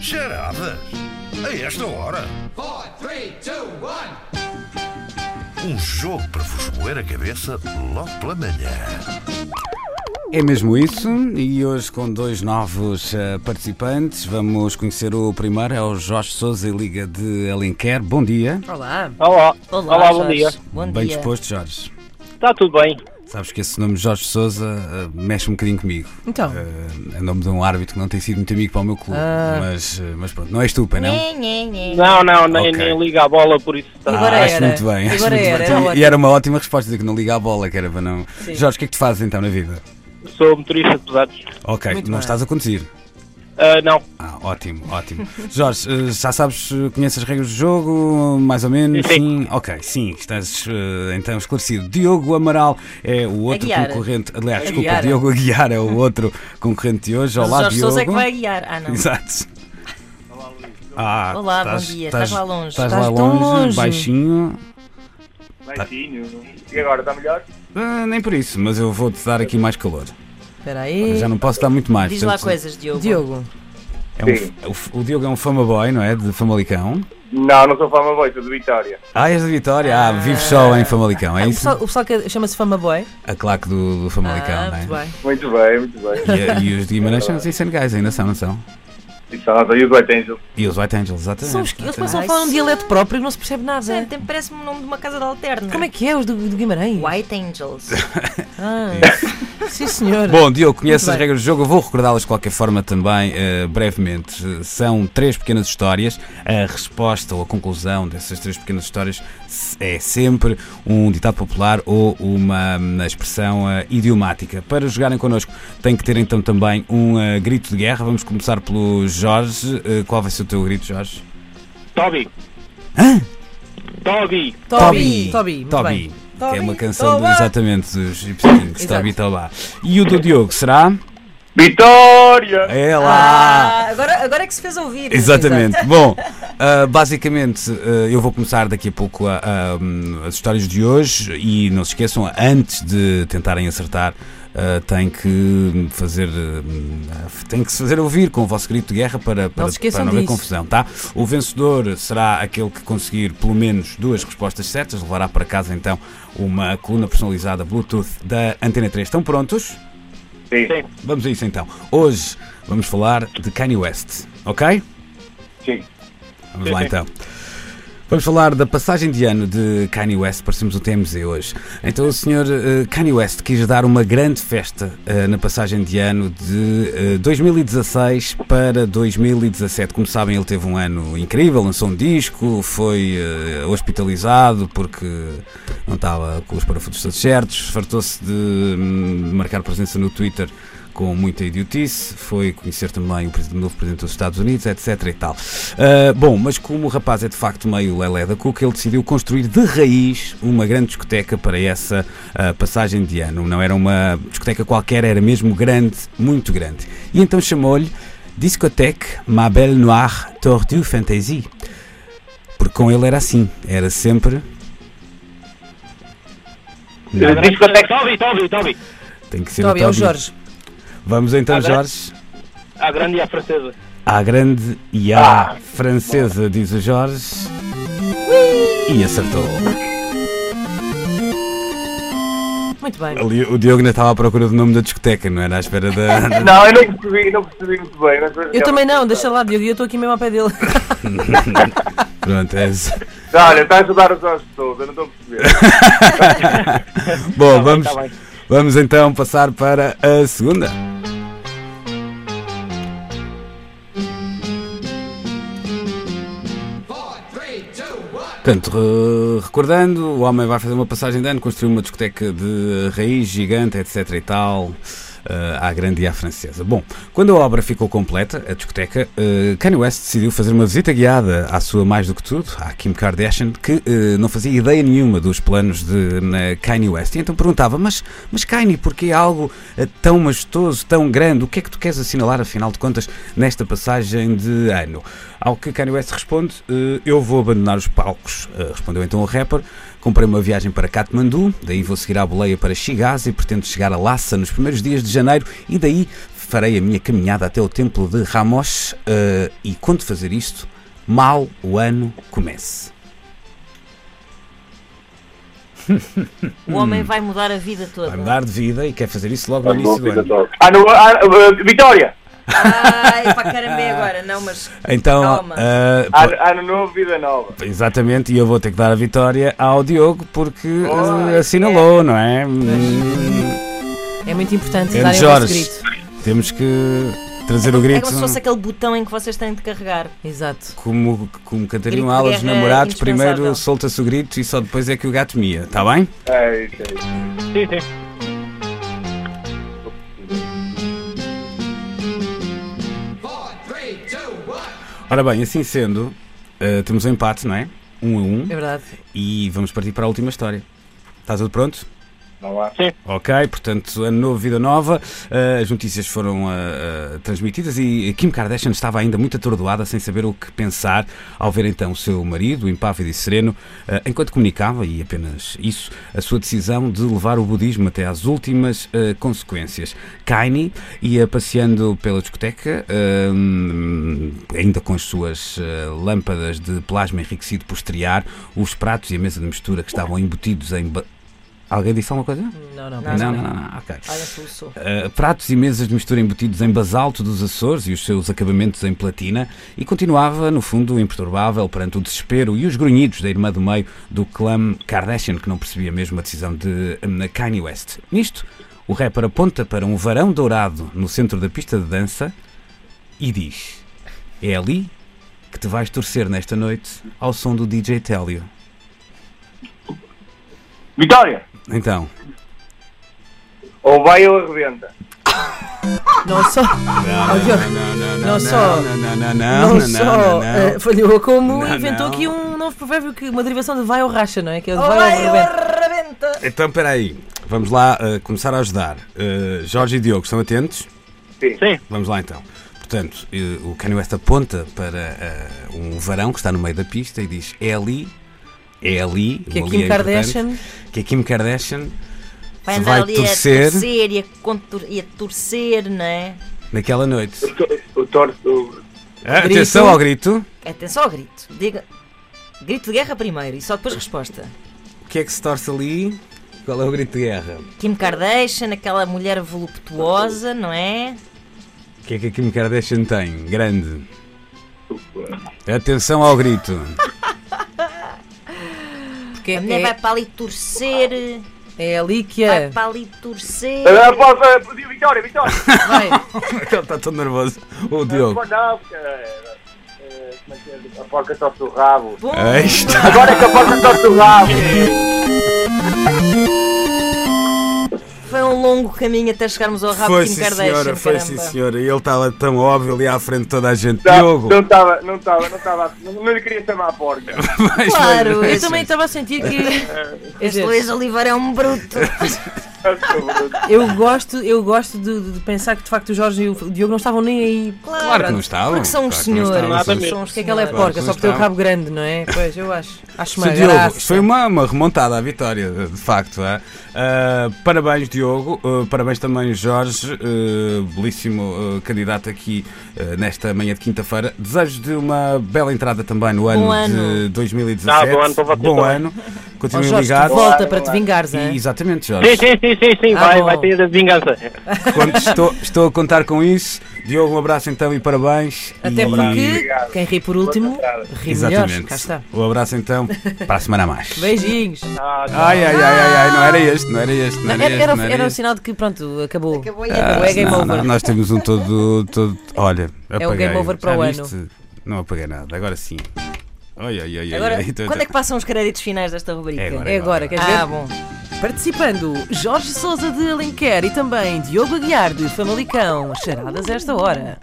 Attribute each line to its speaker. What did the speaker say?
Speaker 1: Charadas? A esta hora?
Speaker 2: Four, three, two, one.
Speaker 1: Um jogo para vos moer a cabeça logo pela manhã.
Speaker 3: É mesmo isso, e hoje com dois novos eh, participantes, vamos conhecer o primeiro, é o Jorge Souza, Liga de Alenquer. Bom dia.
Speaker 4: Olá.
Speaker 5: Olá.
Speaker 4: Olá,
Speaker 5: Olá, bom
Speaker 4: Jorge.
Speaker 5: dia.
Speaker 4: Bom
Speaker 3: Bem
Speaker 4: dia.
Speaker 3: disposto, Jorge.
Speaker 5: Está tá tudo bem.
Speaker 3: Sabes que esse nome Jorge Souza eh, mexe um bocadinho comigo.
Speaker 4: Então.
Speaker 3: Eh, é nome de um árbitro que não tem sido muito amigo para o meu clube,
Speaker 4: Ah.
Speaker 3: mas, eh, mas pronto, não és tu, pai, não?
Speaker 4: Nhe, nhe, nhe.
Speaker 5: Não, não, nem,
Speaker 3: Ok.
Speaker 5: nem liga a bola, por isso tá. está.
Speaker 4: Agora
Speaker 3: Ah,
Speaker 6: é.
Speaker 3: acho
Speaker 4: era.
Speaker 3: muito bem. acho
Speaker 4: Agora
Speaker 3: muito
Speaker 4: era,
Speaker 3: bem.
Speaker 4: era
Speaker 3: Então, e
Speaker 4: ótimo.
Speaker 3: era uma ótima resposta dizer que não liga a bola, que era para não.
Speaker 4: Sim.
Speaker 3: Jorge, o que é que tu fazes então na vida?
Speaker 5: Sou motorista de pesados.
Speaker 3: Ok,
Speaker 4: Muito
Speaker 3: não
Speaker 4: bem.
Speaker 3: estás a conduzir.
Speaker 5: Ah, não,
Speaker 3: Ah, ótimo, ótimo. Jorge, eh, já sabes, eh, conheces as regras do jogo, mais ou menos?
Speaker 5: Sim.
Speaker 3: Ok, sim, estás eh, então esclarecido. Diogo Amaral é o outro
Speaker 4: Aguiar.
Speaker 3: concorrente. Aliás, desculpa,
Speaker 4: Aguiar.
Speaker 3: Diogo Aguiar é o outro concorrente de hoje.
Speaker 4: Mas o
Speaker 3: Olá,
Speaker 4: Jorge
Speaker 3: Diogo.
Speaker 4: Sousa é que vai guiar. Ah, não.
Speaker 3: Exato. Ah,
Speaker 4: Olá, bom
Speaker 3: estás,
Speaker 4: dia.
Speaker 3: Estás,
Speaker 4: Estás lá longe.
Speaker 3: Estás, lá
Speaker 4: Estás tão
Speaker 3: longe,
Speaker 4: longe.
Speaker 3: baixinho. Tá.
Speaker 7: Baixinho. E agora, está melhor?
Speaker 3: Ah, nem por isso, mas eu vou-te dar aqui mais calor.
Speaker 4: Espera
Speaker 3: Eu
Speaker 4: aí.
Speaker 3: Já não é posso dar muito mais.
Speaker 4: Eh, Diz lá
Speaker 3: portanto,
Speaker 4: coisas, Diogo.
Speaker 6: Diogo,
Speaker 3: é um- o, o Diogo é um fama boy, não é? De Famalicão.
Speaker 7: Ah, Não, não sou fama boa, sou de Vitória.
Speaker 3: Ah, és de Vitória. Ah, vive só em Famalicão, é
Speaker 6: o
Speaker 3: isso?
Speaker 6: pessoal, o pessoal que chama-se Fama Boy.
Speaker 3: A claque do, do Famalicão,
Speaker 6: Ah,
Speaker 3: não é?
Speaker 6: muito bem.
Speaker 7: Muito bem, muito bem.
Speaker 3: E, e os de Guimarães são sem gás, ainda são, não são?
Speaker 7: Isso é nós aí, os White Angels.
Speaker 3: E os White Angels, exatamente.
Speaker 6: São os que- eles
Speaker 3: exatamente.
Speaker 6: começam a
Speaker 4: Ai,
Speaker 6: falar um
Speaker 4: sim.
Speaker 6: dialeto próprio e não se percebe nada.
Speaker 4: Sim, é, tem- Parece-me o nome de uma casa de alterna.
Speaker 6: Como é que é os do, do Guimarães?
Speaker 4: White Angels.
Speaker 6: Ah, sim, senhor.
Speaker 3: Bom, Diogo, conheces
Speaker 6: Muito
Speaker 3: as
Speaker 6: bem.
Speaker 3: regras do jogo, eu vou recordá-las de qualquer forma também, eh, brevemente. Eh, São três pequenas histórias. A resposta ou a conclusão dessas três pequenas histórias se- é sempre um ditado popular ou uma, hum, expressão eh, idiomática. Para jogarem connosco, tem que ter então também um eh, grito de guerra. Vamos começar pelo Jorge. Eh, qual vai ser o teu grito, Jorge?
Speaker 5: Toby. Toby.
Speaker 6: Toby. Toby, muito
Speaker 3: Toby.
Speaker 6: bem.
Speaker 3: Que é
Speaker 6: Toby,
Speaker 3: uma canção do,
Speaker 6: Toba.
Speaker 3: exatamente dos Gypsy Kings,
Speaker 6: Exato.
Speaker 3: Toby Tobá. E o do Diogo será?
Speaker 7: Vitória!
Speaker 3: É lá!
Speaker 4: Ah, agora, agora é que se fez ouvir.
Speaker 3: Exatamente. Bom, ah, basicamente ah, eu vou começar daqui a pouco a- a, hum, as histórias de hoje e não se esqueçam, antes de tentarem acertar, ah, têm que fazer hum, ah, têm que se fazer ouvir com o vosso grito de guerra para, para,
Speaker 6: se esqueçam
Speaker 3: para não haver
Speaker 6: disso.
Speaker 3: confusão, tá? O vencedor será aquele que conseguir pelo menos duas respostas certas, levará para casa então uma coluna personalizada Bluetooth da Antena 3. Estão prontos?
Speaker 7: Sim.
Speaker 3: Vamos a isso então. Hoje vamos falar de Kanye West, ok?
Speaker 7: Sim.
Speaker 3: Vamos lá então. Vamos falar da passagem de ano de Kanye West, parecemos o TMZ hoje. Então o senhor eh, Kanye West quis dar uma grande festa eh, na passagem de ano de eh, 2016 para 2017. Como sabem, ele teve um ano incrível, lançou um disco, foi eh, hospitalizado porque não estava com os parafusos todos certos, fartou-se de hum, marcar presença no Twitter com muita idiotice, foi conhecer também o presidente- o novo presidente dos Estados Unidos, etc e tal. Uh, bom, mas como o rapaz é de facto meio lelé da cuca, ele decidiu construir de raiz uma grande discoteca para essa uh, passagem de ano. Não era uma discoteca qualquer, era mesmo grande, muito grande. E então chamou-lhe Discothèque Ma Belle Noire Tortue Fantasy. Porque com ele era assim, era sempre. Não,
Speaker 5: Discoteca. é Toby, Toby, Toby.
Speaker 3: tem que ser
Speaker 6: Toby, é o
Speaker 3: Toby.
Speaker 6: Jorge.
Speaker 3: Vamos então,
Speaker 5: Agora-
Speaker 3: Jorge.
Speaker 5: A grande e a francesa.
Speaker 3: À grande e à
Speaker 5: Ah.
Speaker 3: francesa, diz o Jorge. E acertou.
Speaker 6: Muito bem.
Speaker 3: Ali, o Diogo ainda estava à procura do nome da discoteca, não era à espera da. da-
Speaker 7: Não, eu não percebi, não percebi muito bem. mas foi
Speaker 6: Eu
Speaker 7: legal.
Speaker 6: também não, deixa lá, Diogo, eu estou aqui mesmo ao pé dele.
Speaker 3: Pronto, é isso.
Speaker 7: Tá, olha, está a ajudar os olhos todos, eu não estou a perceber.
Speaker 3: Bom, vamos,
Speaker 5: tá bem.
Speaker 3: vamos então passar para a segunda. Portanto, re- recordando, o homem vai fazer uma passagem de ano, construir uma discoteca de raiz gigante, etc e tal, eh, à grande e à francesa. Bom, quando a obra ficou completa, a discoteca, eh, Kanye West decidiu fazer uma visita guiada à sua mais do que tudo, à Kim Kardashian, que eh, não fazia ideia nenhuma dos planos de né, Kanye West. E então perguntava, mas, mas Kanye, porquê algo eh, tão majestoso, tão grande? O que é que tu queres assinalar, afinal de contas, nesta passagem de ano? Ao que Kanye West responde, eh, eu vou abandonar os palcos, eh, respondeu então o rapper. Comprei uma viagem para Katmandu, daí vou seguir à boleia para Shigaze e pretendo chegar a Lhasa nos primeiros dias de janeiro e daí farei a minha caminhada até o templo de Ramos eh, e quando fazer isto, mal o ano comece.
Speaker 4: O homem vai mudar a vida toda.
Speaker 3: Vai mudar de vida e quer fazer isso logo no
Speaker 7: Faz bom
Speaker 3: início do
Speaker 7: vida
Speaker 3: ano.
Speaker 7: toda. Ah, não, ah, ah, Vitória!
Speaker 4: Ai, para caramba
Speaker 3: Ah.
Speaker 4: agora, não, mas.
Speaker 3: Então,
Speaker 4: Calma.
Speaker 3: eh, pô-
Speaker 7: Ano, ano novo, vida nova.
Speaker 3: Exatamente, e eu vou ter que dar a vitória ao Diogo porque
Speaker 7: Oh,
Speaker 3: eh, assinalou, não é? Hum,
Speaker 6: É muito importante darem
Speaker 3: Grande
Speaker 6: o vosso
Speaker 3: Jorge.
Speaker 6: grito.
Speaker 3: Temos que trazer o
Speaker 4: É
Speaker 3: grito
Speaker 4: como se fosse aquele botão em que vocês têm de carregar.
Speaker 6: Exato.
Speaker 3: como, como cantariam
Speaker 4: Grito de
Speaker 3: alas
Speaker 4: guerra
Speaker 3: namorados,
Speaker 4: indispensável.
Speaker 3: primeiro solta-se o grito e só depois é que o gato mia, está bem?
Speaker 7: É isso aí.
Speaker 5: Sim,
Speaker 4: é
Speaker 5: sim.
Speaker 2: Four, three, two, one.
Speaker 3: Ora bem, assim sendo, eh, temos um empate, não é? Um a um
Speaker 6: É verdade.
Speaker 3: e vamos partir para a última história. Está tudo pronto?
Speaker 7: Não há.
Speaker 3: Ok, portanto, ano novo, vida nova. eh, as notícias foram eh, eh, transmitidas e Kim Kardashian estava ainda muito atordoada, sem saber o que pensar, ao ver então o seu marido, impávido e sereno, eh, enquanto comunicava, e apenas isso, a sua decisão de levar o budismo até às últimas eh, consequências. Kanye ia passeando pela discoteca, hum, ainda com as suas eh, lâmpadas de plasma enriquecido por estrear, os pratos e a mesa de mistura que estavam embutidos em. ba- Alguém disse alguma coisa?
Speaker 6: Não, não.
Speaker 3: Não, não, não, não, ok.
Speaker 4: Olha, soluçou.
Speaker 3: Uh, pratos e mesas de mistura embutidos em basalto dos Açores e os seus acabamentos em platina, e continuava, no fundo, imperturbável perante o desespero e os grunhidos da irmã do meio do clã Kardashian, que não percebia mesmo a decisão de hum, Kanye West. Nisto, o rapper aponta para um varão dourado no centro da pista de dança e diz: É ali que te vais torcer nesta noite ao som do DJ Télio.
Speaker 7: Vitória!
Speaker 3: Então,
Speaker 7: Ou vai ou arrebenta.
Speaker 6: Não só, não só-
Speaker 3: não, não,
Speaker 6: não,
Speaker 3: não, não,
Speaker 6: só
Speaker 3: não, não.
Speaker 6: eh, falhou, como
Speaker 3: Não,
Speaker 6: inventou
Speaker 3: não.
Speaker 6: aqui um novo provérbio, que uma derivação de vai ou racha, não é? Que é de vai
Speaker 4: Vai,
Speaker 6: ou rebenta.
Speaker 4: arrebenta!
Speaker 3: Então, espera aí. Vamos lá eh, começar a ajudar. Eh, Jorge e Diogo, estão atentos?
Speaker 5: Sim.
Speaker 3: Vamos lá então. Portanto, eh, o Kanye West aponta para eh, um varão que está no meio da pista e diz é ali, é ali,
Speaker 6: Que é
Speaker 3: o ali
Speaker 6: Kim
Speaker 3: é
Speaker 6: Kardashian.
Speaker 3: importante, que é Kim Kardashian
Speaker 4: Vai
Speaker 3: se
Speaker 4: andar
Speaker 3: vai
Speaker 4: ali
Speaker 3: torcer
Speaker 4: a torcer e a, contor- e a torcer, não é?
Speaker 3: naquela noite. Ah,
Speaker 7: O torto. o-
Speaker 3: Atenção ao grito.
Speaker 4: Atenção ao grito. Diga. Grito de guerra primeiro e só depois resposta.
Speaker 3: O que é que se torce ali? Qual é o grito de guerra?
Speaker 4: Kim Kardashian, aquela mulher voluptuosa, não é?
Speaker 3: O que é que a Kim Kardashian tem? Grande. Atenção ao grito.
Speaker 6: Porque
Speaker 4: A mulher
Speaker 6: é,
Speaker 4: vai para ali torcer,
Speaker 6: é ali que
Speaker 4: vai
Speaker 6: é.
Speaker 4: para ali torcer.
Speaker 7: Ah, posso, ah, podia- Vitória, Vitória!
Speaker 6: Vai.
Speaker 3: Ele está todo nervoso. O Diogo.
Speaker 7: Não, porque. ah, ah, como é que é? A porca torce o rabo.
Speaker 4: Bom,
Speaker 3: Aí está.
Speaker 7: Agora é que a porca torce o rabo!
Speaker 4: foi um longo caminho até chegarmos ao rabo
Speaker 3: Foi
Speaker 4: de Kim
Speaker 3: sim,
Speaker 4: Kardashian.
Speaker 3: senhora, foi sim,
Speaker 4: caramba.
Speaker 3: senhora. E ele estava tão óbvio ali à frente de toda a gente.
Speaker 7: Não,
Speaker 3: Diogo,
Speaker 7: não estava, não estava, não estava, não, não lhe queria chamar a porca.
Speaker 3: vais
Speaker 4: Claro,
Speaker 6: Eu
Speaker 4: esse,
Speaker 6: também estava a sentir
Speaker 3: É.
Speaker 6: que. Quer
Speaker 4: este
Speaker 6: dizer,
Speaker 4: Luís Oliveira é um bruto.
Speaker 6: eu gosto, eu gosto de, de pensar que de facto o Jorge e o Diogo não estavam nem aí.
Speaker 4: Claro,
Speaker 3: Claro que não estavam.
Speaker 4: Porque um são os
Speaker 3: Claro que não
Speaker 4: senhores.
Speaker 3: estavam.
Speaker 4: são
Speaker 5: Nada
Speaker 4: os
Speaker 6: Porque é que ela é
Speaker 4: senhores.
Speaker 6: porca,
Speaker 3: não
Speaker 6: só porque tem o
Speaker 3: estava.
Speaker 6: rabo grande, não é? Pois, eu acho. Acho uma
Speaker 3: Sr. Diogo,
Speaker 4: Ah,
Speaker 6: graça.
Speaker 3: isto foi uma, uma remontada à vitória, de facto. é? Ah, parabéns, Diogo. ah, parabéns também, Jorge. ah, belíssimo ah, candidato aqui ah, nesta manhã de quinta-feira. Desejo de uma bela entrada também no ano, de
Speaker 4: ano.
Speaker 3: 2017.
Speaker 5: Ah, bom ano para vocês
Speaker 3: Bom
Speaker 5: também.
Speaker 3: ano.
Speaker 6: Ó,
Speaker 3: Continuem
Speaker 6: Jorge, tu
Speaker 3: ligados.
Speaker 6: volta para te vingares,
Speaker 3: E,
Speaker 4: é?
Speaker 6: hein?
Speaker 3: exatamente,
Speaker 5: Sim,
Speaker 3: Jorge.
Speaker 5: sim, sim, sim, sim.
Speaker 6: Ah,
Speaker 5: vai,
Speaker 6: bom.
Speaker 5: vai ter a vingança.
Speaker 3: Quando estou, estou a contar com isso. Diogo, um abraço então e parabéns.
Speaker 6: Até
Speaker 3: E-
Speaker 6: porque quem ri por último, ri melhor.
Speaker 3: Exatamente.
Speaker 6: Cá está.
Speaker 3: Um abraço então para a semana a mais.
Speaker 6: Beijinhos.
Speaker 7: Ah,
Speaker 3: Ai, ai, ai, ai, ai, não era este, não era este, não era,
Speaker 6: Era,
Speaker 3: este.
Speaker 6: era,
Speaker 3: não
Speaker 6: era o
Speaker 3: este.
Speaker 6: sinal de que pronto, acabou.
Speaker 4: Acabou e
Speaker 6: Acabou, é game
Speaker 3: Ah, não,
Speaker 6: over.
Speaker 3: não, nós temos um todo, todo. Olha,
Speaker 6: É
Speaker 3: apaguei.
Speaker 6: o game over para
Speaker 3: Já
Speaker 6: o
Speaker 3: viste? Não apaguei nada, agora sim. Ai, ai, ai, ai,
Speaker 4: Agora,
Speaker 3: ai. tô-
Speaker 4: quando é que passam os créditos finais desta rubrica?
Speaker 3: então. É agora.
Speaker 6: É agora, queres ver?
Speaker 4: Ah, bom.
Speaker 6: Participando, Jorge Souza de Alenquer e também Diogo Aguiar de Famalicão. Charadas esta hora.